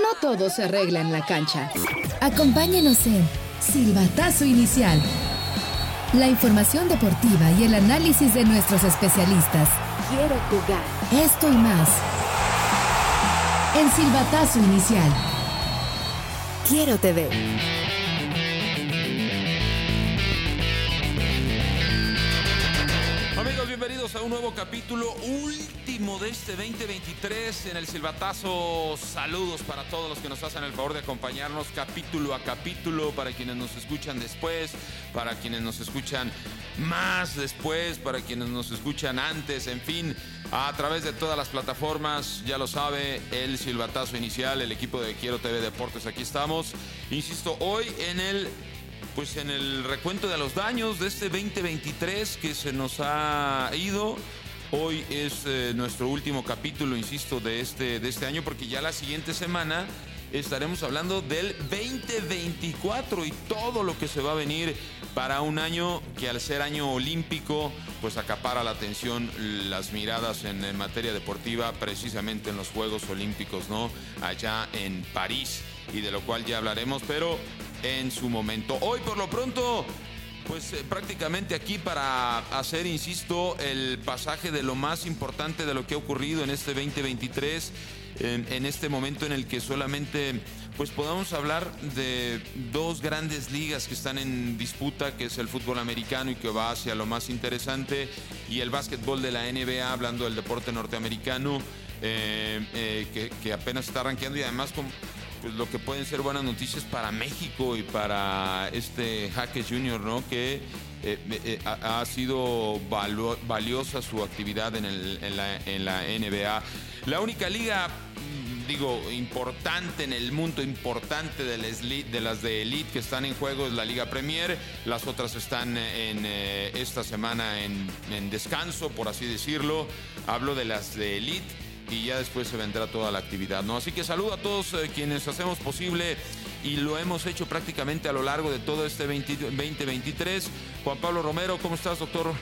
No todo se arregla en la cancha. Acompáñenos en Silbatazo Inicial. La información deportiva y el análisis de nuestros especialistas. Quiero jugar. Esto y más. En Silbatazo Inicial. Quiero TV. Amigos, bienvenidos a un nuevo capítulo último de este 2023 en el Silbatazo. Saludos para todos los que nos hacen el favor de acompañarnos capítulo a capítulo, para quienes nos escuchan después, para quienes nos escuchan más después, para quienes nos escuchan antes, en fin, a través de todas las plataformas, ya lo sabe, el Silbatazo inicial, el equipo de Quiero TV Deportes, aquí estamos. Insisto, hoy en el pues en el recuento de los daños de este 2023 que se nos ha ido. Hoy es eh, nuestro último capítulo, insisto, de este, de este año, porque ya la siguiente semana estaremos hablando del 2024 y todo lo que se va a venir para un año que al ser año olímpico, pues acapara la atención, las miradas en, en materia deportiva, precisamente en los Juegos Olímpicos, ¿no? Allá en París, y de lo cual ya hablaremos, pero en su momento. Hoy, por lo pronto, pues eh, prácticamente aquí para hacer, insisto, el pasaje de lo más importante de lo que ha ocurrido en este 2023, en, en este momento en el que solamente pues podamos hablar de dos grandes ligas que están en disputa, que es el fútbol americano y que va hacia lo más interesante, y el básquetbol de la NBA, hablando del deporte norteamericano, eh, eh, que, que apenas está arranqueando y además con pues, lo que pueden ser buenas noticias para México y para este Jaque Junior, ¿no? Que eh, eh, ha, ha sido valu- valiosa su actividad en, el- en la, en la NBA. La única liga, mm, digo, importante en el mundo, importante de las, li- de las de Elite que están en juego es la Liga Premier. Las otras están en eh, esta semana en, en descanso, por así decirlo. Hablo de las de Elite y ya después se vendrá toda la actividad, ¿no? Así que saludo a todos eh, quienes hacemos posible y lo hemos hecho prácticamente a lo largo de todo este 20 2023. Juan Pablo Romero, ¿cómo estás, doctor?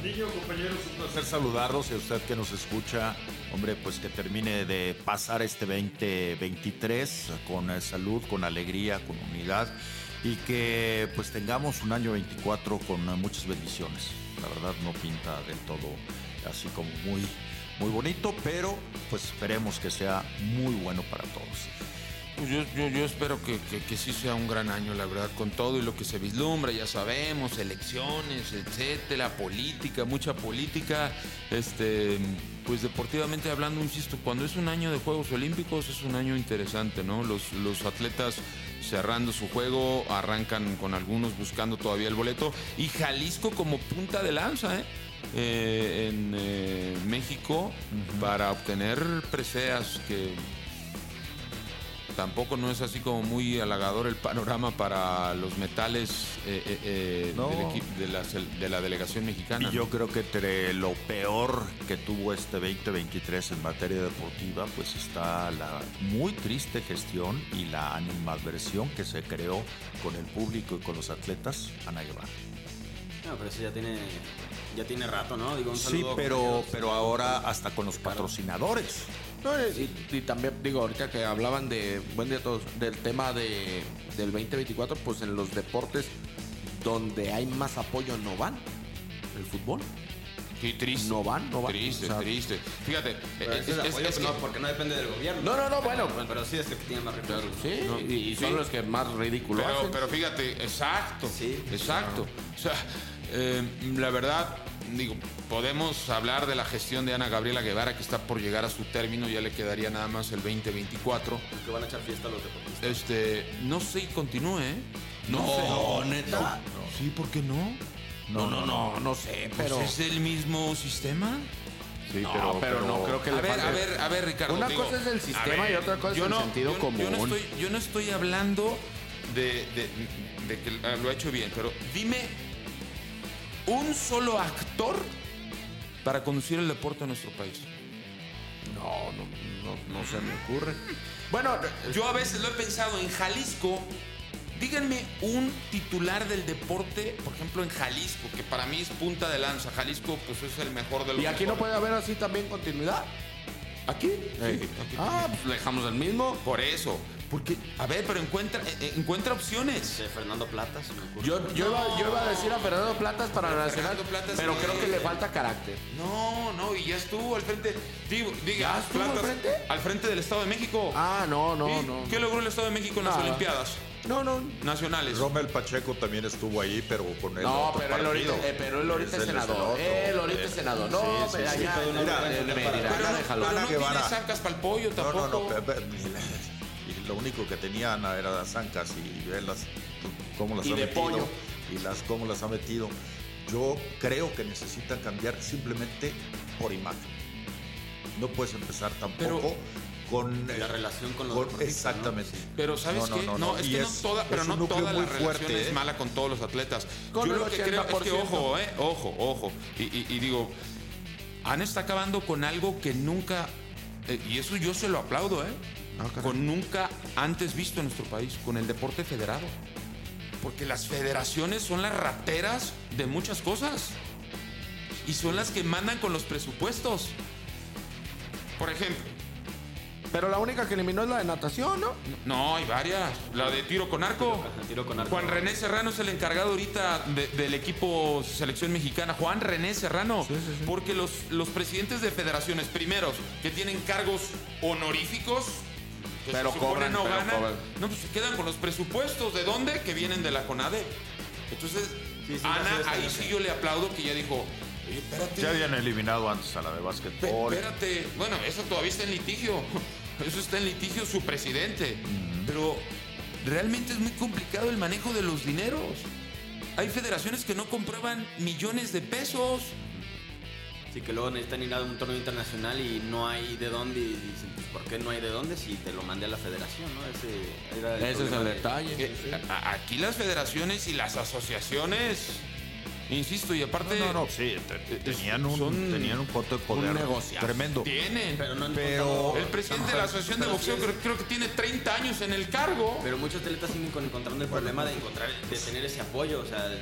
Anillo, compañeros, un placer saludarlos y a usted que nos escucha, hombre, pues que termine de pasar este 2023 con eh, salud, con alegría, con unidad y que pues tengamos un año 24 con eh, muchas bendiciones. La verdad no pinta del todo así como muy, muy bonito, pero pues esperemos que sea muy bueno para todos. Pues yo, yo- yo espero que, que- que sí sea un gran año, la verdad, con todo y lo que se vislumbra, ya sabemos, elecciones, etcétera, política, mucha política. Este, pues deportivamente hablando, insisto, cuando es un año de Juegos Olímpicos es un año interesante, ¿no? Los, los atletas cerrando su juego, arrancan con algunos buscando todavía el boleto. Y Jalisco como punta de lanza, ¿eh? Eh, en eh, México para obtener preseas que Tampoco no es así como muy halagador el panorama para los metales eh, eh, eh, No. del equi- de, la, sel- de la delegación mexicana. Y yo creo que entre lo peor que tuvo este 2023 en materia deportiva, pues está la muy triste gestión y la animadversión que se creó con el público y con los atletas, Ana Guevara. No, pero eso ya tiene, ya tiene rato, ¿no? Digo, un Sí, saludo, pero, compañeros. pero ahora hasta con los patrocinadores. No, eh, y, y también digo, ahorita que hablaban de, buen día a todos, del tema de, del 2024, pues en los deportes donde hay más apoyo no van. El fútbol, Sí, triste. no van, no van. Triste, O sea, triste. Fíjate, eh, Pero es, ese es- es apoyo es que que- no, porque no depende del gobierno. No, no, no, bueno, Pero, pero sí es el que tiene más recursos. ¿no? Sí, No, y, y son sí. los que más ridículo pero, hacen. pero fíjate, exacto. Sí, exacto. O sea, eh, la verdad, digo, podemos hablar de la gestión de Ana Gabriela Guevara que está por llegar a su término, ya le quedaría nada más el 2024. Que van a echar fiesta los deportistas. Este, no sé y continúe, ¿eh? No, sé. neta. Sí, ¿por qué no? Pues, No, no, no, no sé, Pero pero es del mismo sistema. Sí, No, pero, pero, no creo que A le ver, falte- a ver, a ver, Ricardo. Una digo, cosa es el a sistema y otra cosa es el sentido yo no- Yo no común. estoy, yo no estoy hablando de, de- de que ah, lo ha hecho bien, pero dime un solo actor para conducir el deporte a nuestro país. No, no, no, no se me ocurre. Bueno, Yo a veces lo he pensado en Jalisco. Díganme un titular del deporte, por ejemplo, en Jalisco, que para mí es punta de lanza. Jalisco, pues es el mejor de los ¿y aquí no mejores. puede haber así también continuidad? ¿Aquí? Sí, Ah, lo dejamos el mismo. Por eso. Porque, a ver, pero encuentra, eh, eh, encuentra opciones. De Fernando Plata, se me ocurre. Yo, yo, iba, yo iba a decir a Fernando Platas para Pero Nacional, Fernando Platas pero sí. creo que le falta carácter. No, no, y ya estuvo al frente. Digo, diga, ¿Ya estuvo al frente? al frente del Estado de México. Ah, no, no, ¿Y no. ¿Qué logró el Estado de México en las Nada. Olimpiadas No, no. Nacionales? Rommel Pacheco también estuvo ahí, pero con el No, otro pero él ahorita, partido. eh, pero él ahorita es el- senador. otro. Él ahorita es Eh, senador. sí, No, sí, pero sí. allá en- Mira, en- en- mira, Mira, pero no, déjalo. pero Ana no Guevara. tiene sacas para el pollo No, tampoco. no, no. pe- pe- y lo único que tenía Ana era las zancas y velas, cómo las Y ha de metido. pollo. Y las, cómo las ha metido. Yo creo que necesitan cambiar simplemente por imagen. No puedes empezar Pero- tampoco con... eh, La relación con los deportistas, ¿no? Exactamente. Pero ¿sabes qué? No, es Y que no toda, pero es no un núcleo toda la muy relación fuerte, es ¿eh? mala con todos los atletas. Con Yo el lo que creo es que 80%. ojo, eh, ojo, ojo. Y, y- y digo, han estado acabando con algo que nunca eh, y eso yo se lo aplaudo, eh. Ah, con nunca antes visto en nuestro país, con el deporte federado. Porque las federaciones son las rateras de muchas cosas. Y son las que mandan con los presupuestos. Por ejemplo, Pero la única que eliminó es la de natación, ¿no? Pues no, hay varias. La de tiro con arco. Tiro con arco. Juan René Serrano es el encargado ahorita de- del equipo selección mexicana. Juan René Serrano. Porque los, los presidentes de federaciones primeros que tienen cargos honoríficos. que Pero se supone cobran, no pero ganan. cobran. No, pues se quedan con los presupuestos. ¿De dónde? Que vienen de la CONADE. Entonces, Sí, sí, Ana, ya sé, ahí ya sé. sí yo le aplaudo que ya dijo, "Oye, espérate. Ya habían eliminado antes a la de Pe- básquetbol. Espérate, bueno, eso todavía está en litigio. Eso está en litigio su presidente. Pero realmente es muy complicado el manejo de los dineros. Hay federaciones que no comprueban millones de pesos. Sí, que luego necesitan ir a un torneo internacional y no hay de dónde. Y dicen, pues, ¿por qué no hay de dónde si te lo mandé a la federación, no? Ese, era Ese es el problema de- detalle. Eh, a- Aquí las federaciones y las asociaciones, insisto, y aparte No, no, no, sí, te- te- tenían, un, son tenían un coto de poder negociazo. tremendo. tienen. Pero no han Pero- encontrado- el presidente de la Asociación de Pero sí Boxeo es- creo, creo que tiene 30 años en el cargo. Pero muchos atletas siguen con- encontrando el problema de encontrar, de tener ese apoyo. O sea,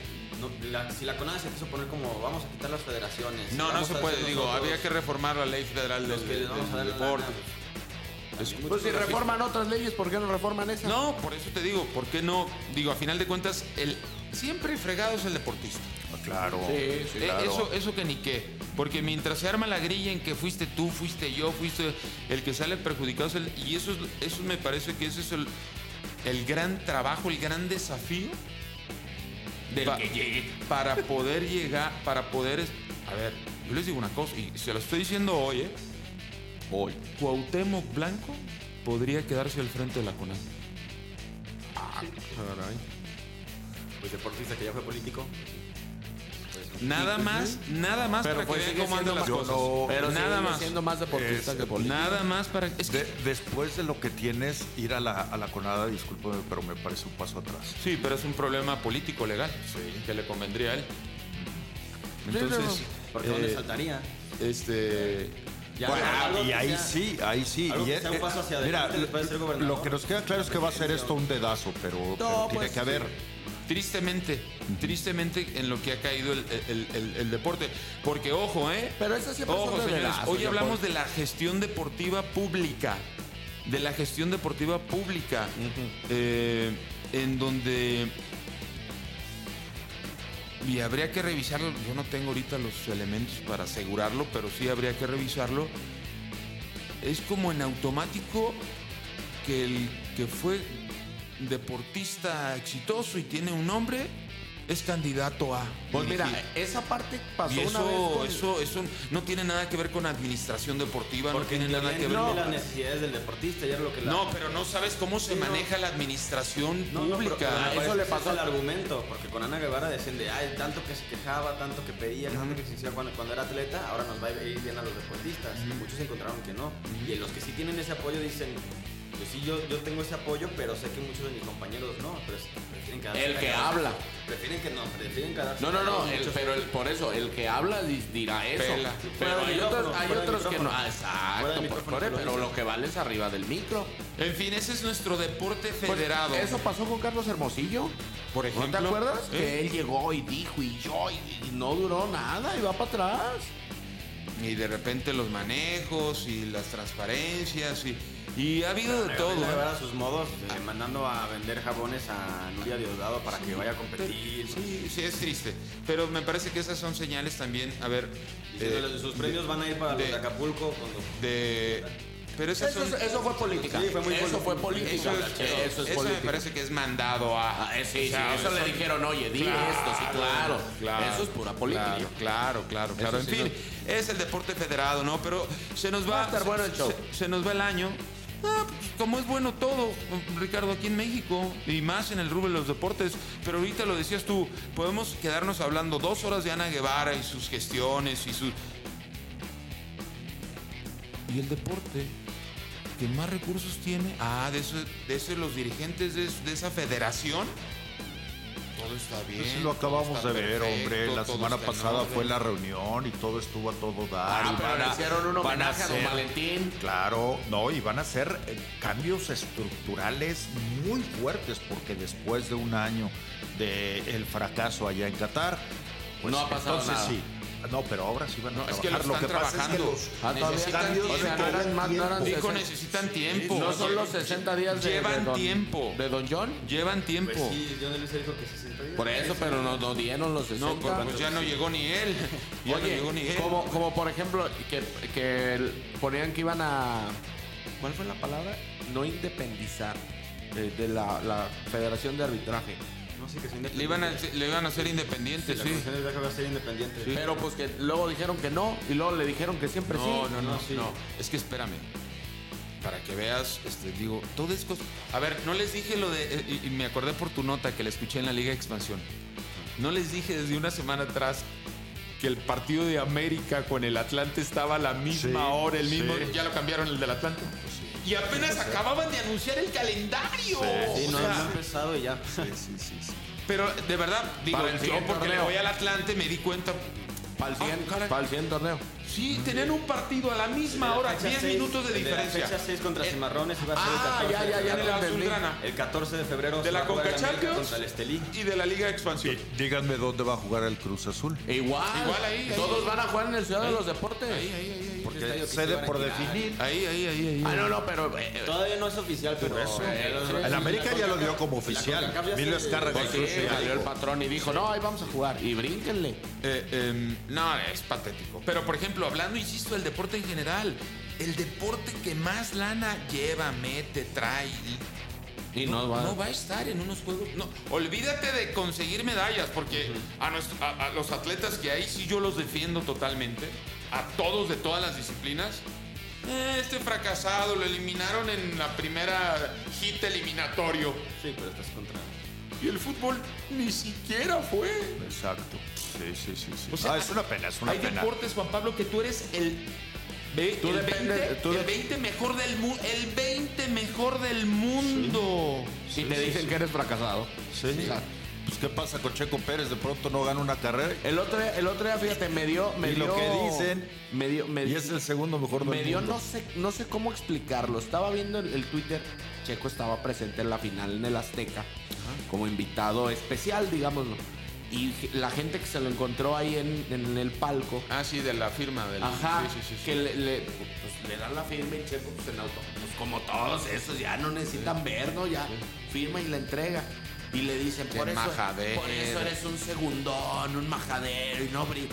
no- la- si la CONADE se quiso poner como vamos a quitar las federaciones. No, no vamos se a puede. hacer Digo, nosotros había que reformar la ley federal los del, que les vamos a dar del la deporte. lana. Es- Pues si reforman otras leyes, ¿por qué no reforman esa? No, por eso te digo, ¿por qué no? Digo, a final de cuentas, el siempre fregado es el deportista. Ah, Claro. Sí, sí, Eh, claro. Eso, eso que ni qué. Porque mientras se arma la grilla en que fuiste tú, fuiste yo, fuiste el que sale perjudicado. es el- y eso, es- eso me parece que ese es el, el gran trabajo, el gran desafío del que llegue. Para poder llegar, para poder. es- A ver, yo les digo una cosa, y se lo estoy diciendo hoy, ¿eh? Hoy. Cuauhtémoc Blanco podría quedarse al frente de la CONAN. Ah, Pues deportista que ya fue político. Pues, Nada más, nada más pues, Pero para que pues vean sigue cómo siendo andan las más- cosas. yo no- Pero nada sigue más. Este, siendo más deportista Es- que político. Nada más para. Es que, De- después de lo que tienes, ir a la, a la conada, discúlpame, pero me parece un paso atrás. sí, pero es un problema político legal que le convendría a él. Entonces, Porque Eh, ¿dónde saltaría? este. Ya, Bueno, algo y que ahí sea- sí, ahí sí. algo Y que es- eh, sea un paso hacia mira, adelante después de ser lo, gobernador. que nos queda claro es que va a ser esto un dedazo, pero, pero tiene pues, que haber. Tristemente, tristemente en lo que ha caído el, el- el- el deporte. Porque ojo, ¿eh? Pero eso siempre Ojo, son de señores, verazos, hoy ya hablamos por- de la gestión deportiva pública. De la gestión deportiva pública. eh, en donde. Y habría que revisarlo. Yo no tengo ahorita los elementos para asegurarlo, pero sí habría que revisarlo. Es como en automático que el que fue deportista exitoso y tiene un nombre es candidato a. Pues mira, dirigir. esa parte pasó Y una vez eso, con- eso, eso no tiene nada que ver con administración deportiva, no tiene nada que ver no, con- las necesidades del deportista, ya era lo que la- No, pero no sabes cómo se maneja la administración No, no, pero- pública. ah, Pues, Eso- pero me parece que ese Ah, pues, es el argumento, porque con Ana Guevara decían de, ay, tanto que se quejaba, tanto que pedía, tanto que exigía cuando, cuando era atleta, ahora nos va a ir bien a los deportistas. Y Muchos encontraron que no. Y los que sí tienen ese apoyo dicen, pues sí, yo, yo tengo ese apoyo, pero sé que muchos de mis compañeros no, pero es- prefieren quedarse El que callados. habla. Prefieren que no, prefieren quedarse No, no, no, callados el- muchos. pero el- por eso, el que habla di- dirá eso. Pela. Pero Fuera del hay otros, micrófono, hay fuera del otros que no. micrófono. Ah, Fuera Exacto, del pues, micrófono corre, que lo pero dice. lo que vale es arriba del micro. En fin, ese es nuestro deporte Pues, federado. eso pasó con Carlos Hermosillo. Por ¿No te ejemplo, acuerdas? ¿eh? Que él llegó y dijo y yo y, y no duró nada y va para atrás. Y de repente los manejos y las transparencias y, y ha habido de todo. Ana ¿eh? Guevara a sus modos, eh, mandando a vender jabones a Nuria Diosdado para que vaya a competir. Sí, sí, es triste. Pero me parece que esas son señales también, a ver, Diciéndole, eh, sus premios van a ir para de- los de Acapulco cuando de... Pero esas Eso, son- es- eso fue política. Sí, fue muy eso político. fue política. Eso es, Eso es eso me política. parece que es mandado a... Ah, eh, sí, o sea, sí, eso le son- dijeron, oye, dile esto, sí, claro, Eso es pura política. Claro, claro, claro. claro. En sí fin, es el deporte federado, ¿no? Pero se nos va. Va a estar se- bueno el se- show. Se, nos va el año. Ah, pues, como es bueno todo, Ricardo, aquí en México y más en el rubro de los deportes. Pero ahorita lo decías tú, podemos quedarnos hablando dos horas de Ana Guevara y sus gestiones y sus. Y el deporte que más recursos tiene, ah, de eso, de eso los dirigentes de, de esa federación. Todo está bien. Pues lo acabamos de todo está ver, perfecto, hombre. La todo semana está en pasada orden. fue la reunión y todo estuvo a todo dar. Ah, y pero van le a- hicieron un van a homenaje a Don hacer- Valentín. Claro, no, y van a hacer eh, cambios estructurales muy fuertes porque después de un año del el fracaso allá en Qatar, pues, No ha pasado entonces nada. sí. No, pero ahora sí van a No, es que trabajar. lo están trabajando. pasa es que los Necesitan cambios tiempo. se O sea, no cobran eran más- no eran tiempo. seis. Dijo, necesitan tiempo. No son los 60 días de. Llevan de don- tiempo. ¿De Don John? Llevan tiempo. Pues sí, John de Luisa dijo que 60 días. Por eso, pero no, no dieron los 60. No, pues, pues ya no llegó ni él. Ya no Oye, llegó ni él. como, como por ejemplo, que, que el- ponían que iban a. ¿Cuál fue la palabra? No independizar eh, de la, la Federación de Arbitraje. No sé que soy independiente. Le iban a, le iban a ser independientes, La sí. Comisión del Viaje va a ser independiente. Pero pues que luego dijeron que no y luego le dijeron que siempre sí. No, no, no, No, Pues sí. no. Es que espérame. Para que veas, este, digo, todo es cosa. A ver, no les dije lo de. eh, Y, y me acordé por tu nota que la escuché en la Liga de Expansión. No les dije desde una semana atrás que el partido de América con el Atlante estaba a la misma Sí, hora, el mismo. sí. Ya lo cambiaron el del Atlante. Y apenas acababan de anunciar el calendario. Sí, O no, sea, no ha empezado y ya. Pero de verdad, digo, Para el yo siguiente porque le torneo. voy al Atlante me di cuenta. Para el Ah, caray. 100, para el 100 torneo. Sí, tenían un partido a la misma hora, 10 minutos de diferencia. La fecha 6 contra Eh, Cimarrones iba a ser ah, el 14 ya, ya, de ya, el febrero. entendí. Azulgrana. El 14 de febrero. De se la va a jugar Conca el América Champions. Contra el Estelí. y de la Liga de Expansión. Díganme dónde va a jugar el Cruz Azul. Este Igual. Igual ahí, ahí. Todos van a jugar en el Ciudad de los Deportes. Porque cede por definir. Ahí, ahí, ahí, ahí. Ah, no, no, pero. eh, eh, Todavía no es oficial, pero. El América ya lo dio como La oficial. Concacaf ya Milo se- Escárraga y pues sí, Cruz ya salió el dijo. patrón y dijo, no, ahí vamos a jugar. Y brínquenle. Eh, em, no, es patético. Pero, por ejemplo, hablando, insisto, del deporte en general, el deporte que más lana lleva, mete, trae. Y no va. a estar en unos juegos. No, olvídate de conseguir medallas, porque a, nuestro- a- a los atletas que ahí sí yo los defiendo totalmente, a todos de todas las disciplinas. "Eh, Este fracasado lo eliminaron en la primera hit eliminatorio. Sí, pero estás contra. Y el fútbol ni siquiera fue. Exacto. Sí, sí, sí. sí. O sea, Ah, es una pena, es una Hay pena. deportes, Juan Pablo, que tú eres el, ve- Tú el dependes- 20, tú el de- 20 mejor del mundo. El 20 mejor del mundo. Y te dicen que eres fracasado. Sí. Pues, ¿qué pasa con Checo Pérez? De pronto no gana una carrera El otro, día- el otro día, fíjate, me dio. Me Y lo dio- que dicen, Me dio. Me, y es el segundo mejor me del dio, mundo. no sé, no sé cómo explicarlo. Estaba viendo el, el Twitter. Checo estaba presente en la final en el Azteca. Como invitado especial, digámoslo. Y la gente que se lo encontró ahí en, en el palco. Ah, sí, de la firma. Del, Ajá, sí, sí, sí, sí. que le, le- pues, le dan la firma y Checo, pues en auto, pues como todos esos, ya no necesitan ver, ¿no? Ya firma y la entrega. Y le dicen, Qué por eso, majadero. por eso eres un segundón, un majadero y no brin...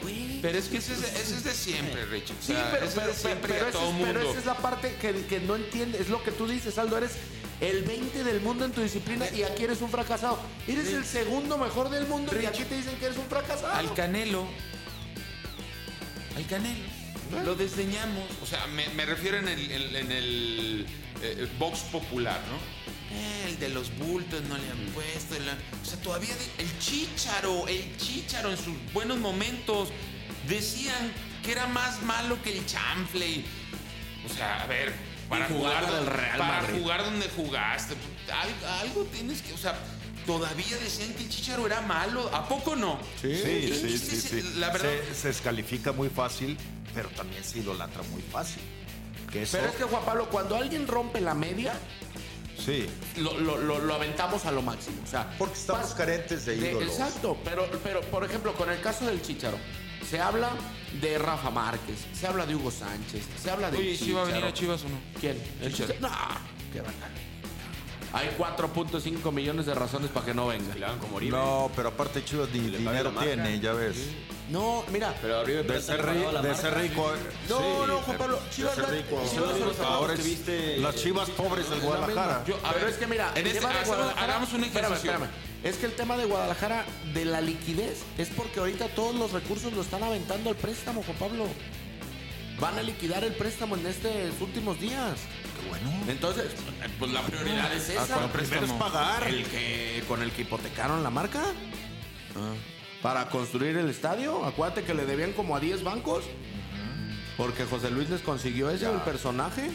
Güey, pues, Pero es que ese es, de- ese es de siempre, Rich. O Sí, sea, pero, ese pero- es de siempre pero- y a pero todo esa es- pero mundo. esa es la parte que, que no entiende. Es lo que tú dices, Aldo. Eres el 20 del mundo en tu disciplina y aquí eres un fracasado. Eres el segundo mejor del mundo y aquí te dicen que eres un fracasado. Al Canelo. Al Canelo. Lo desdeñamos. O sea, me, me refiero en el, en- en el, eh, box popular, ¿no? Mm. Eh, El de los bultos no le han puesto. el- o sea, todavía de- el chícharo, el chícharo en sus buenos momentos decían que era más malo que el chanfle. y- O sea, a ver, para jugar, jugar para el Real para Madrid. jugar donde jugaste, al- algo tienes que, o sea, todavía decían que el chícharo era malo. ¿A poco no? Sí, sí, Este sí, es el- sí. La verdad. Se, se descalifica muy fácil, pero también se idolatra muy fácil. Que eso, Pero es que, Juan Pablo, cuando alguien rompe la media, sí, lo, lo- lo- lo aventamos a lo máximo. O sea, porque estamos pas- carentes de de- ídolos. exacto, pero, pero por ejemplo, con el caso del Chicharo, se habla de Rafa Márquez, se habla de Hugo Sánchez, se habla de. Oye, ¿sí va a venir Chícharo. a Chivas o no? ¿Quién? ¿El Chicharo. Chicharo? No, qué bacán. Hay 4.5 millones de razones para que no venga. Y le hagan como Oribe. No, pero aparte Chivas ni le pague dinero la marca. tiene, ya ves. No, mira. Pero a Oribe De Peralta le ser, ri- pagaba la de marca. ser rico. eh, No, sí, no, Juan Pablo, de Chivas ser va- rico. Chivas son los Ahora que es- viste, las eh, chivas pobres del la misma. Guadalajara. Yo- a ver, es que mira, en el este tema de caso, Guadalajara- hagamos un Espérame, ejercicio. espérame. Es que el tema de Guadalajara de la liquidez es porque ahorita todos los recursos lo están aventando al préstamo, Juan Pablo. Van a liquidar el préstamo en estos últimos días. Qué bueno. Entonces, Pues la prioridad es Ah, esa. cuando Lo primero es pagar. el que con el que hipotecaron la marca para construir el estadio, acuérdate que le debían como a 10 bancos. Porque José Luis les consiguió ese el personaje.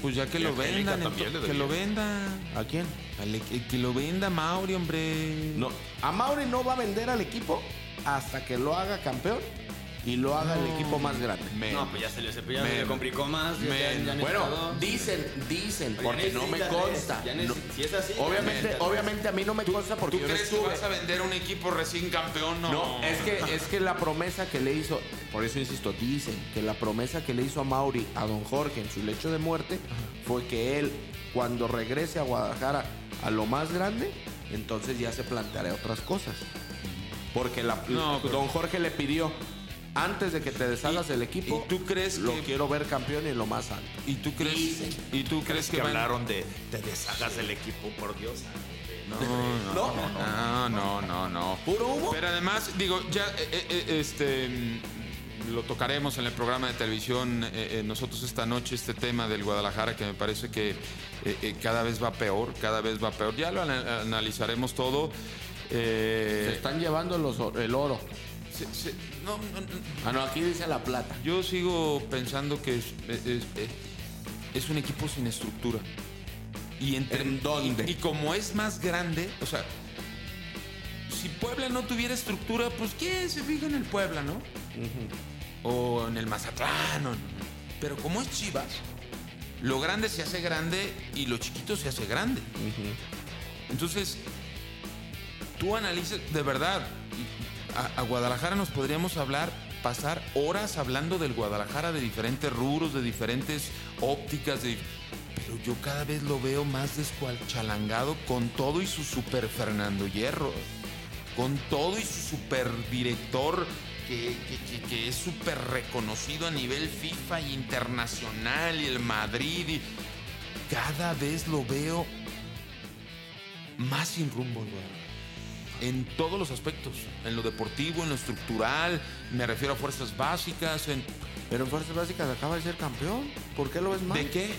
Pues ya que Y lo Angélica vendan, también ento- le que debía. lo vendan. ¿A quién? Dale, que, que lo venda Mauri, hombre. No, a Mauri no va a vender al equipo hasta que lo haga campeón y lo haga el equipo más grande. Men. No, pues ya se le cepillan, Men. le complicó más. ya- Men. ya han Bueno, estado. dicen, dicen, Ya porque no me necesitas, consta. ya neces- No. Si es así, Obviamente, necesitas. obviamente a mí no me consta porque ¿Tú yo no crees que estuve. vas a vender un equipo recién campeón? No. No, es que, es que la promesa que le hizo, por eso insisto, dicen que la promesa que le hizo a Mauri, a don Jorge en su lecho de muerte, fue que él, cuando regrese a Guadalajara a lo más grande, entonces ya se planteará otras cosas. Porque la- No, pero- don Jorge le pidió, antes de que te deshagas del equipo, ¿Y tú crees lo que- quiero ver campeón y lo más alto. ¿Y tú crees, Dicen. ¿y tú crees Es que, que van- hablaron de te deshagas del equipo, por Dios. No, no, no, no, no, no. ¿Puro humo? Pero además, digo, ya eh, eh, este mm, lo tocaremos en el programa de televisión eh, eh, nosotros esta noche, este tema del Guadalajara, que me parece que eh, eh, cada vez va peor, cada vez va peor. Ya lo ana- analizaremos todo. Eh, Se están llevando los or- el oro. se- se- no, no, no. Ah, no, aquí dice la plata. Yo sigo pensando que es, es- es- es un equipo sin estructura. Y entre- ¿En dónde? Y, y como es más grande, o sea, si Puebla no tuviera estructura, pues ¿quién se fija en el Puebla, no? O en el Mazatlán. o en- Pero como es Chivas, lo grande se hace grande y lo chiquito se hace grande. Entonces, tú analizas, de verdad, a, a Guadalajara nos podríamos hablar, pasar horas hablando del Guadalajara, de diferentes rubros, de diferentes ópticas, de- pero yo cada vez lo veo más descualchalangado con todo y su super Fernando Hierro, con todo y su super director. Que, que- que- que es súper reconocido a nivel FIFA y internacional y el Madrid. y cada vez lo veo más sin rumbo, güey. En todos los aspectos, en lo deportivo, en lo estructural, me refiero a fuerzas básicas, en... Pero en Fuerzas Básicas acaba de ser campeón. ¿Por qué lo ves mal? ¿De qué?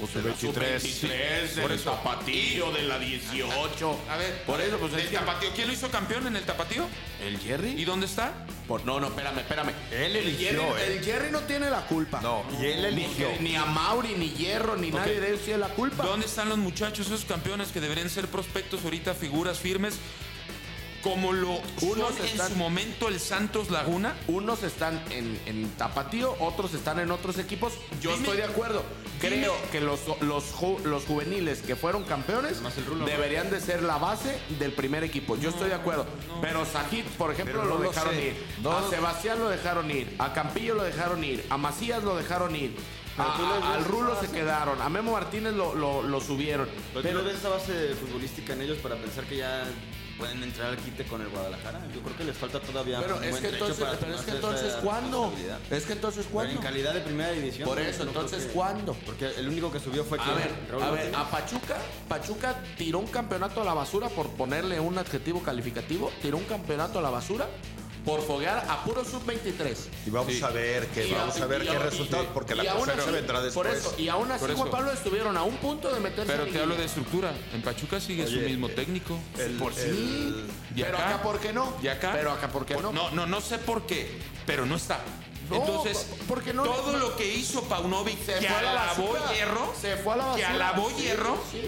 Pues el 23. Por del eso. zapatillo, de la 18. A ver, por eso, pues del es que- tapatío. ¿Quién lo hizo campeón en el tapatío? ¿El ¿Y Jerry? dónde está? Por- no, no, espérame, espérame. Él eligió, Jerry, ¿eh? el Jerry no tiene la culpa. No, y él Ni eligió. que- Ni, a Mauri, ni Hierro, ni nadie de ellos tiene la culpa. ¿Dónde están los muchachos, esos campeones que deberían ser prospectos ahorita, figuras firmes? Como lo Unos son en están- su momento el Santos Laguna. Unos están en, en Tapatío, otros están en otros equipos. Yo Dime- estoy de acuerdo. dime- Creo que los, los, ju- los juveniles que fueron campeones deberían de ser la base del primer equipo. Yo estoy de acuerdo. Pero Sajid, por ejemplo, Pero no lo lo dejaron sé. ir. No a lo- Sebastián lo dejaron ir. A Campillo lo dejaron ir. A Macías lo dejaron ir. A- tú les a- ves al Rulo esa se base. quedaron. A Memo Martínez lo, lo- lo subieron. Pero, Pero- tú no ves esa base futbolística en ellos para pensar que ya pueden entrar al quite con el Guadalajara. Yo creo que les falta todavía Pero un es buen que trecho entonces, para pero es que tomarse esa entonces ¿cuándo? responsabilidad. Es que entonces Pero en ¿cuándo? calidad de primera división. Por ¿no? eso, No creo entonces que- ¿cuándo? Porque el único que subió fue A quién? ver, Raúl a ver, Martínez. a Pachuca, Pachuca tiró un campeonato a la basura por ponerle un adjetivo calificativo, tiró un campeonato a la basura por foguear a puro sub-23. Y vamos a ver qué, Y Eh, vamos a aún- ver y qué aún- resultados, y- porque y la aún cosa así- se vendrá después. Por eso, y aún así, Por Juan eso. Pablo estuvieron a un punto de meterse Pero en te hablo de liguilla. estructura. En Pachuca sigue su Oye, mismo eh, técnico. El- Por sí. ¿Y este, Pero acá? acá, ¿por qué no? ¿Y acá? Pero acá, ¿por qué no? No, no, no sé por qué, pero no está. No, Entonces, po- porque no- todo no- lo que hizo Paunovic, Se que fue a la alabó basura. hierro, Se fue a la que basura. alabó Sí, hierro, sí.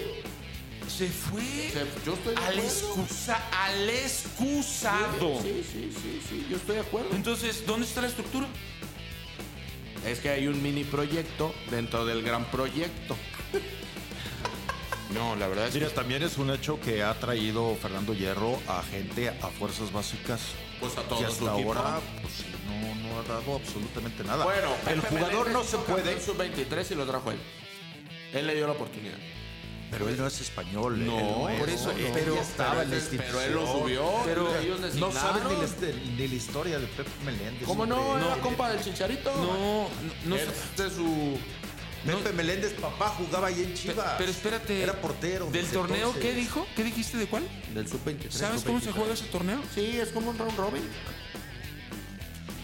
se fue Se- yo estoy de al, acuerdo. excusa, al excusado. Sí, sí, sí, sí, yo estoy de acuerdo. Entonces, ¿dónde está la estructura? Es que hay un mini proyecto dentro del gran proyecto. No, la verdad Mira, también es un hecho que ha traído Fernando Hierro a gente a fuerzas básicas. Pues a Y todo su hasta equipo. ahora pues, sí, no, no ha dado absolutamente nada. Bueno, el Pepe jugador Meléndez no hizo se puede, campeón sub-23 y lo trajo él. Él le dio la oportunidad. pero él no es español. él No, es, por eso, él ya pero pero estaba en la él- institución. pero él lo subió, Pero ellos no designaron. sabes ni la, este- ni la historia de Pepe Meléndez. ¿Cómo no? hombre. ¿Era compa del Chicharito? No, no, no Él- sé. de su... Pepe Meléndez, papá, jugaba ahí en Chivas. Pero espérate. Era portero. ¿Del desde torneo qué entonces. dijo? ¿Qué dijiste de cuál? Del sub-23. ¿Sabes cómo se juega ese torneo? Sí, es como un round robin.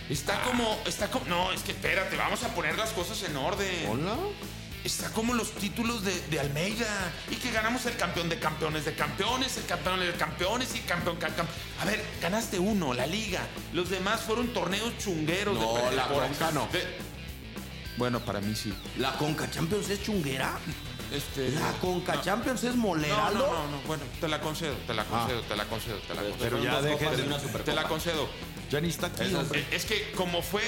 Está como, está como, no, es que espérate, vamos a poner las cosas en orden. Hola. Está como los títulos de, de Almeida y que ganamos el campeón de campeones de campeones, el campeón de campeones y campeón campeón. A ver, ganaste uno, la liga. Los demás fueron torneos chungueros. No, de la pretemporada. Conca no. De- Bueno, para mí sí. ¿La Conca Champions es chunguera? Este, Conca Champions es no, no, no, no, bueno, te la concedo, te Ah. la concedo, te la concedo, te la concedo. Pero ya dejen. de una te la concedo. Ya ni está aquí, hombre. Eh, Es que como fue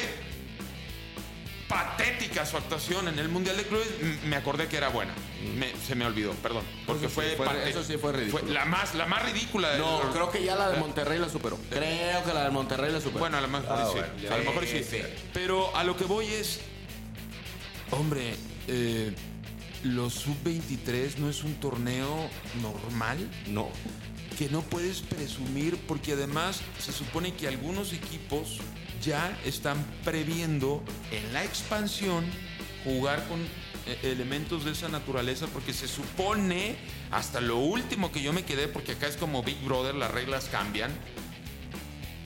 patética su actuación en el Mundial de Clubes, m- me acordé que era buena. Me- se me olvidó, perdón. Porque fue, Mm. fue- pate- eso sí fue ridículo. la, más, la más ridícula de No, creo que ya la de Monterrey la superó. Creo que la de Monterrey la superó. Bueno, a lo mejor Ah, sí. bueno, ya. a lo mejor sí. Sí, sí. Pero a lo que voy es. Hombre, eh, los sub-23 no es un torneo normal. no. que no puedes presumir porque además se supone que algunos equipos ya están previendo en la expansión jugar con eh, elementos de esa naturaleza porque se supone hasta lo último que yo me quedé porque acá es como Big Brother las reglas cambian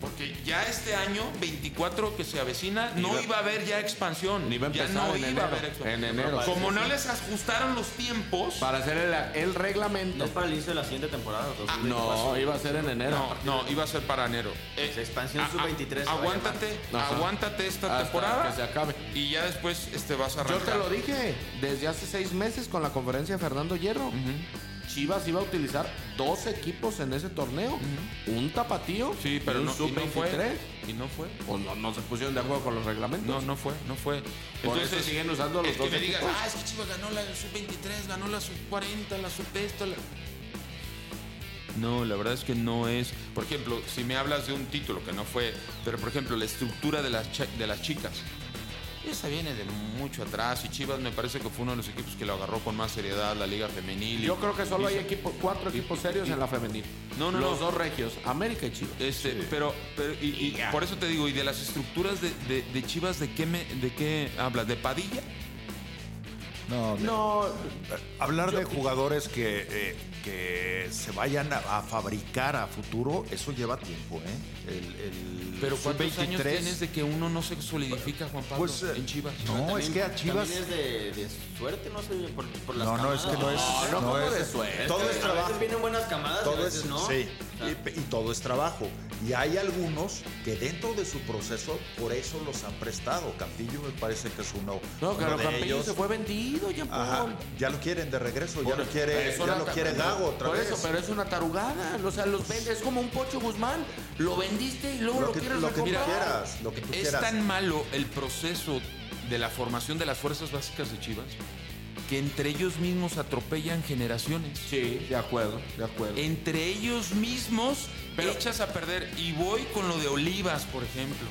porque ya este año 24 que se avecina no iba, a haber ya expansión Ni iba a ya empezar no en iba enero. a haber expansión En enero. como no les ajustaron los tiempos Para hacer el, el ¿No reglamento. Ah, es para el inicio de la siguiente temporada? o dos? No, iba a ser en enero. No, no, iba a ser para enero. Eh, Pues expansión a- a- sub-23 se va a Aguántate, llamar. Ajá. aguántate esta Hasta temporada. que se acabe. Y ya después este, vas a Yo arrancar. te lo dije desde hace seis meses con la conferencia de Fernando Hierro. Chivas iba a utilizar dos equipos en ese torneo. Un tapatío Sí, pero y un no, y no fue. sub-23. Y no fue. O no, no se pusieron de acuerdo con los reglamentos. No, no fue, no fue. Por eso siguen usando los es dos que me digas, equipos. ah, es que Chivas ganó la sub-23, ganó la sub-40, la sub-esto, la... No, la verdad es que no es. Por ejemplo, si me hablas de un título que no fue, pero por ejemplo, la estructura de las, cha- de las chicas. Esa viene de mucho atrás y Chivas me parece que fue uno de los equipos que lo agarró con más seriedad, la Liga Femenil. y- Yo creo que solo y- hay equipo- cuatro equipos serios en la femenil. No, no, los no. dos regios, América y Chivas. Este, pero, pero y, y por eso te digo, y de las estructuras de, de- de Chivas, ¿de qué, me, ¿de qué hablas? ¿De Padilla? No, de- No, hablar de jugadores que, eh, que se vayan a, a fabricar a futuro, eso lleva tiempo, ¿eh? El, el Pero ¿cuántos años sub-23, tienes de que uno no se solidifica, Juan Pablo, pues, eh, en Chivas? No, También- es que a Chivas- También es de, de suerte, no sé, por, por las No, no, es que no es. camadas. no como es- de suerte. Todo A es veces trabajo. vienen buenas camadas, y a Todo veces es, no. sí, O sea, y, y todo es trabajo. Y hay algunos que dentro de su proceso, por eso los han prestado. Campillo me parece que es uno, no, uno claro, de Campillo ellos. se fue vendido, Jean Ajá, Paul. ya lo quieren de regreso, ya Por- lo quiere, es ya una lo ta- quiere Gago otra Por vez. eso, pero es una tarugada. O sea, los vendes. Es como un Pocho Guzmán. Lo vendiste y luego lo, lo que, quieres lo que tú recomprar. quieras, lo que tú Es quieras. tan malo el proceso de la formación de las fuerzas básicas de Chivas que entre ellos mismos atropellan generaciones. Sí, de acuerdo, de acuerdo. Entre ellos mismos Pero- echas a perder. Y voy con lo de Olivas, por ejemplo.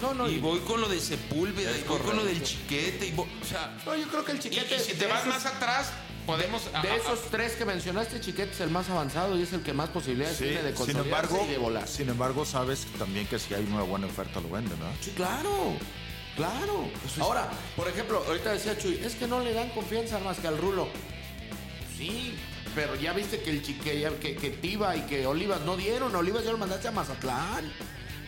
No, no, y y- voy con lo de Sepúlveda, y Es voy con lo correcto. del chiquete, y voy- o sea, No, yo creo que el y, chiquete. y si te de vas esos- más atrás, podemos... a- a- De esos tres que mencionaste, Chiquete es el más avanzado y es el que más posibilidades Sí, tiene de sin consolidarse embargo, y de volar. sin embargo, sabes también que si hay una buena oferta lo venden, ¿verdad? Sí, claro. Claro. Ahora, por ejemplo, ahorita decía Chuy, es que no le dan confianza más que al Rulo. Sí, pero ya viste que el chique, ya- que, que Tiba y que Olivas no dieron. Olivas ya lo mandaste a Mazatlán.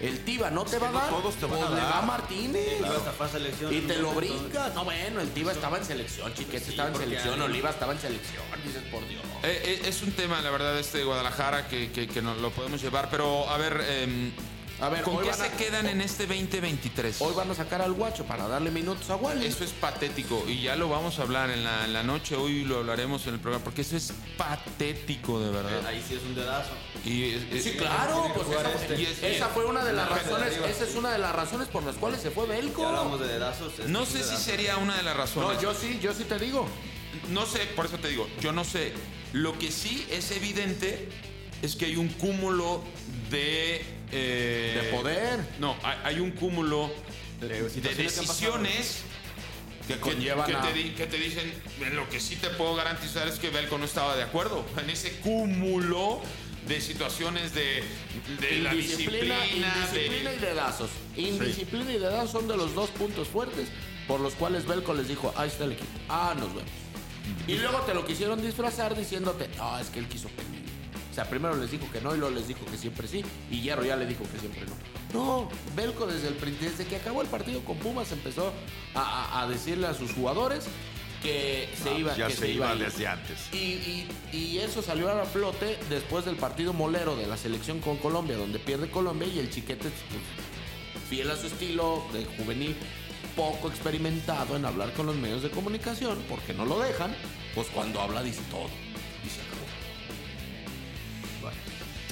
El Tiba no te va a no dar. todos te van pues a le dar. va Martínez. Iba hasta fue a selección. Y te lo Entonces, brinca. No, bueno, el Tiba estaba en selección, Chiquete estaba en porque selección, hay- Olivas estaba en selección, dices por Dios. Eh, eh, es un tema, la verdad, este de Guadalajara que, que, que nos lo podemos llevar, pero a ver, em, A ver, ¿con hoy qué van se a- quedan en este 2023? Hoy van a sacar al guacho para darle minutos a Wally. Eso es patético y ya lo vamos a hablar en la, en la noche, hoy lo hablaremos en el programa, porque eso es patético de eh, verdad. Ahí sí es un dedazo. Y, eh, es- es- Sí, claro, pues jugar esa, este. y es- esa fue una de las razones, esa es una de las razones por las cuales se fue Ya hablamos Belco. de dedazos. este No es un sé si dedazo. sería una de las razones. No, yo sí, yo sí te digo. No sé, por eso te digo, yo no sé. Lo que sí es evidente es que hay un cúmulo de... eh, De poder. No, hay, hay un cúmulo de, situaciones que han decisiones Que conllevan que a- te, di- que te dicen, "En lo que sí te puedo garantizar es que Belco no estaba de acuerdo. En ese cúmulo de situaciones de, de la disciplina, indisciplina de... y dedazos. Indisciplina y dedazos son de los dos puntos fuertes por los cuales Belco les dijo, ahí está el equipo, ah, nos vemos. Y luego te lo quisieron disfrazar diciéndote, no, es que él quiso que no". O sea, primero les dijo que no y luego les dijo que siempre sí. Y Hierro ya le dijo que siempre no. No, Belco desde, el, prin- desde que acabó el partido con Pumas empezó a, a- a decirle a sus jugadores que se Ah, iba ya que se iba a ir. desde antes. Y, y- y eso salió a la flote después del partido molero de la selección con Colombia, donde pierde Colombia y el chiquete, pues, fiel a su estilo de juvenil, poco experimentado en hablar con los medios de comunicación, porque no lo dejan, pues cuando habla dice todo. Y se acabó.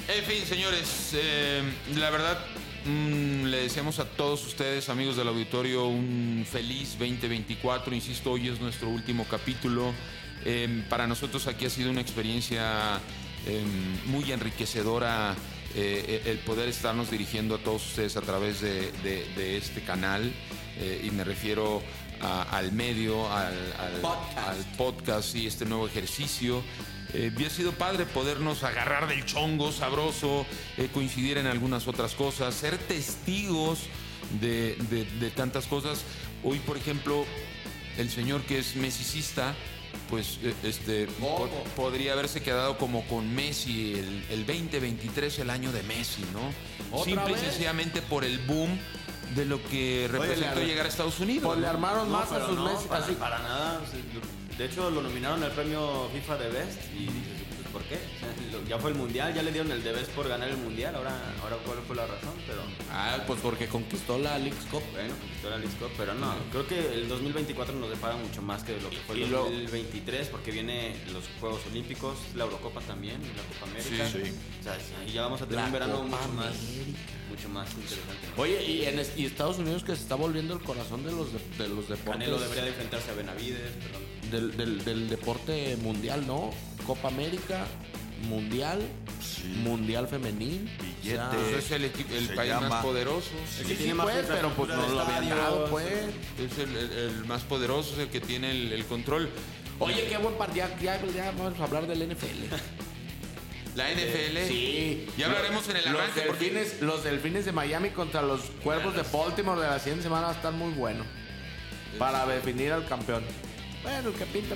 En fin, señores, eh, la verdad mm, le deseamos a todos ustedes, amigos del auditorio, un feliz 2024. Insisto, hoy es nuestro último capítulo. Eh, para nosotros aquí ha sido una experiencia eh, muy enriquecedora eh, eh, el poder estarnos dirigiendo a todos ustedes a través de, de- de este canal. Eh, y me refiero a- al medio, al, al- Podcast. al podcast y este nuevo ejercicio. Eh, y ha sido padre podernos agarrar del chongo sabroso, eh, coincidir en algunas otras cosas, ser testigos de, de- de tantas cosas. Hoy, por ejemplo, el señor que es mesicista, pues eh, este po- podría haberse quedado como con Messi el, el 2023, el año de Messi, ¿no? ¿Otra Simple y vez? sencillamente por el boom de lo que representó le- llegar a Estados Unidos. Pues le ¿no? armaron No, más a pero sus no, meses. para, así. para nada. o sea, lo- De hecho, lo nominaron al premio FIFA de Best y dices, pues, ¿por qué? O sea, lo- ya fue el mundial, ya le dieron el de Best por ganar el mundial, ahora, ahora cuál fue la razón, pero Ah, pues porque conquistó la League Cup. bueno, conquistó la League Cup, pero no, creo que el 2024 nos depara mucho más que lo que fue Y el luego- 2023, porque viene los Juegos Olímpicos, la Eurocopa también, y la Copa América. Sí, sí. O sea, sí, ahí ya vamos a tener La un verano Copa mucho más, América. mucho más interesante. ¿no? Oye, y en es- y Estados Unidos que se está volviendo el corazón de los, de- de los deportes. Canelo debería de enfrentarse a Benavides, perdón. del, del- del deporte mundial, ¿no? Copa América, Mundial, Mundial Femenil. Billete. O sea, Pues es el, equipo- el Se país llama- más poderoso. sí, que sí, tiene más pues, pero pues infraestructura no de lo habían dado, estadios, pues. Es el, el- el más poderoso, es el que tiene el, el control. Oye, qué buen partido. Ya, ya- ya vamos a hablar del NFL. La NFL. Sí. Ya hablaremos en el los arranque. porque- Delfines, Los delfines de Miami contra los cuervos de Baltimore de la siguiente semana va a estar muy bueno. Para definir al campeón. Bueno, el que pinta.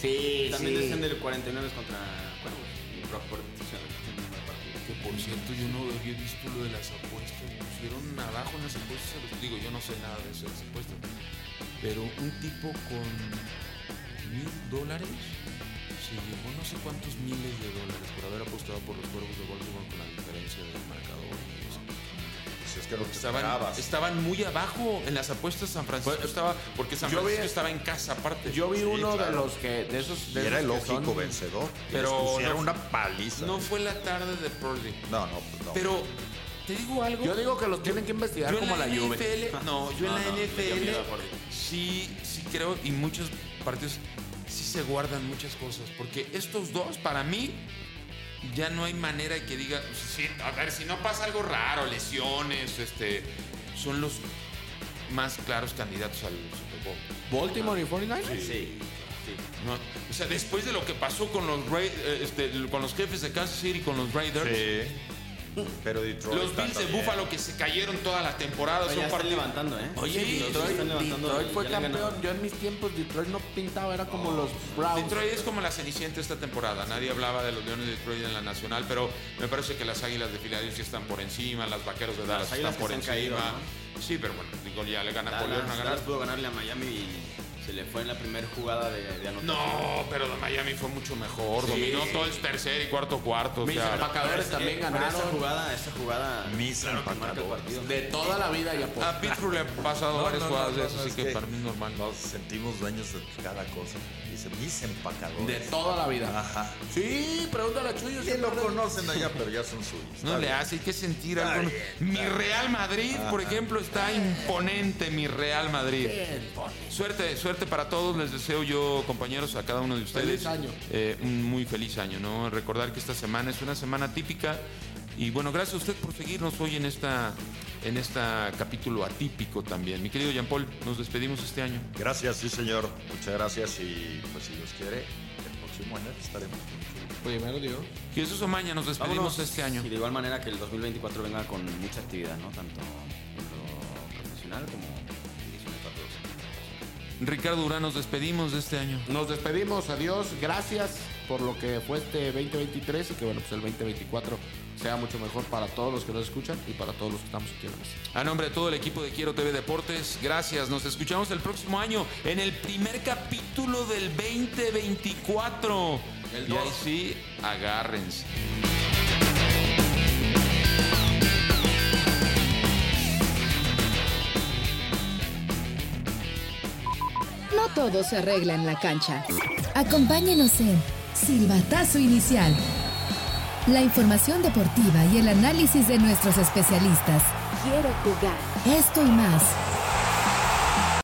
Sí, También sí. desciende el 49 contra Cuervos. Y Rockford, o sea, tiene un mal partido. Que por cierto, yo no había visto lo de las apuestas. Pusieron abajo en las apuestas. a los- Digo, yo no sé nada de eso, de las apuestas. Pero un tipo con mil dólares se llevó no sé cuántos miles de dólares por haber apostado por los cuervos de Baltimore con la diferencia del marcador. y eso. Pues es que no te Estaban, esperabas. estaban muy abajo en las apuestas San Francisco. estaba, porque San yo vi- Francisco estaba en casa aparte. Yo vi Sí, uno de claro. los que. De esos. Y De era el esos que lógico son- vencedor. Pero Pero era no- una paliza. no fue la tarde de Purdy. no, no, pues no. Pero te digo algo. Yo digo que los tienen que investigar Yo en como la, Juve. NFL, no, yo en No, la no, yo NFL miedo a Jordi. sí, sí creo y muchos partidos sí se guardan muchas cosas porque estos dos para mí ya pues, no hay manera que diga, sí, a ver si no pasa algo raro, lesiones, este, son los más claros candidatos al Super Bowl. Baltimore y 49ers. Sí, sí. ¿no? O sea, después de lo que pasó con los, Ra- eh, este, con los jefes de Kansas City, con los Raiders, Sí. Pero Detroit. los está Bills de también. Búfalo que se cayeron toda la temporada, Oye, son ya están partidos. levantando, ¿eh? Oye, Sí, Detroit, están levantando, Detroit fue ya le han campeón. ganado. Yo en mis tiempos Detroit no pintaba, era como los Browns. Detroit es como la cenicienta esta temporada. Nadie hablaba de los Leones de Detroit en la nacional, pero me parece que las Águilas de Filadelfia están por encima, las Vaqueros de Dallas están Águilas que por se han encima. caído, Sí, pero bueno, digo, ya le gana Napoleón, Dallas, no Dallas ganas. pudo ganarle a Miami y se le fue en la primera jugada de, de anotación. No, pero Miami fue mucho mejor. Dominó todo el tercer y cuarto cuarto. o Mis sea, empacadores Pero también Esa ganaron. jugada, esa jugada. Mis claro que marca el empacadores. partido. De toda la vida ya por. a Pittsburgh le han pasado No, varias no, no, jugadas de no, esas, no, así es que, que- para mí es normal. Nos sentimos dueños de cada cosa. Dice, mis empacadores. De toda la vida. Ajá. Sí, pregúntale a Chuyo. Sí, siempre lo habla- conocen allá, pero ya son suyos. No Está le bien. hace, hay que sentir Está algo. bien, Mi está bien. Real Madrid, por ejemplo, está imponente, mi Real Madrid. Suerte, suerte para todos. Les deseo yo, compañeros, a cada uno de ustedes. Feliz año. eh, un muy feliz año, ¿no? Recordar que esta semana es una semana típica. Y bueno, gracias a usted por seguirnos hoy en esta en este capítulo atípico también. Mi querido Jean Paul, nos despedimos este año. Gracias, sí, señor. Muchas gracias. Y pues, si Dios quiere, el próximo año estaremos. Primero Dios. Y eso es mañana, nos despedimos Vámonos. este año. Y de igual manera que el 2024 venga con mucha actividad, ¿no? Tanto en lo profesional como divisiones para todos. Ricardo Durán, nos despedimos de este año. Nos despedimos, adiós, gracias por lo que fue este 2023 y que bueno, pues el 2024 sea mucho mejor para todos los que nos escuchan y para todos los que estamos aquí en la mesa. A nombre de todo el equipo de Quiero TV Deportes, gracias. Nos escuchamos el próximo año en el primer capítulo del 2024. El y dos. ahí sí, agárrense. No todo se arregla en la cancha. Acompáñenos en Silbatazo Inicial. La información deportiva y el análisis de nuestros especialistas. Quiero jugar. Esto y más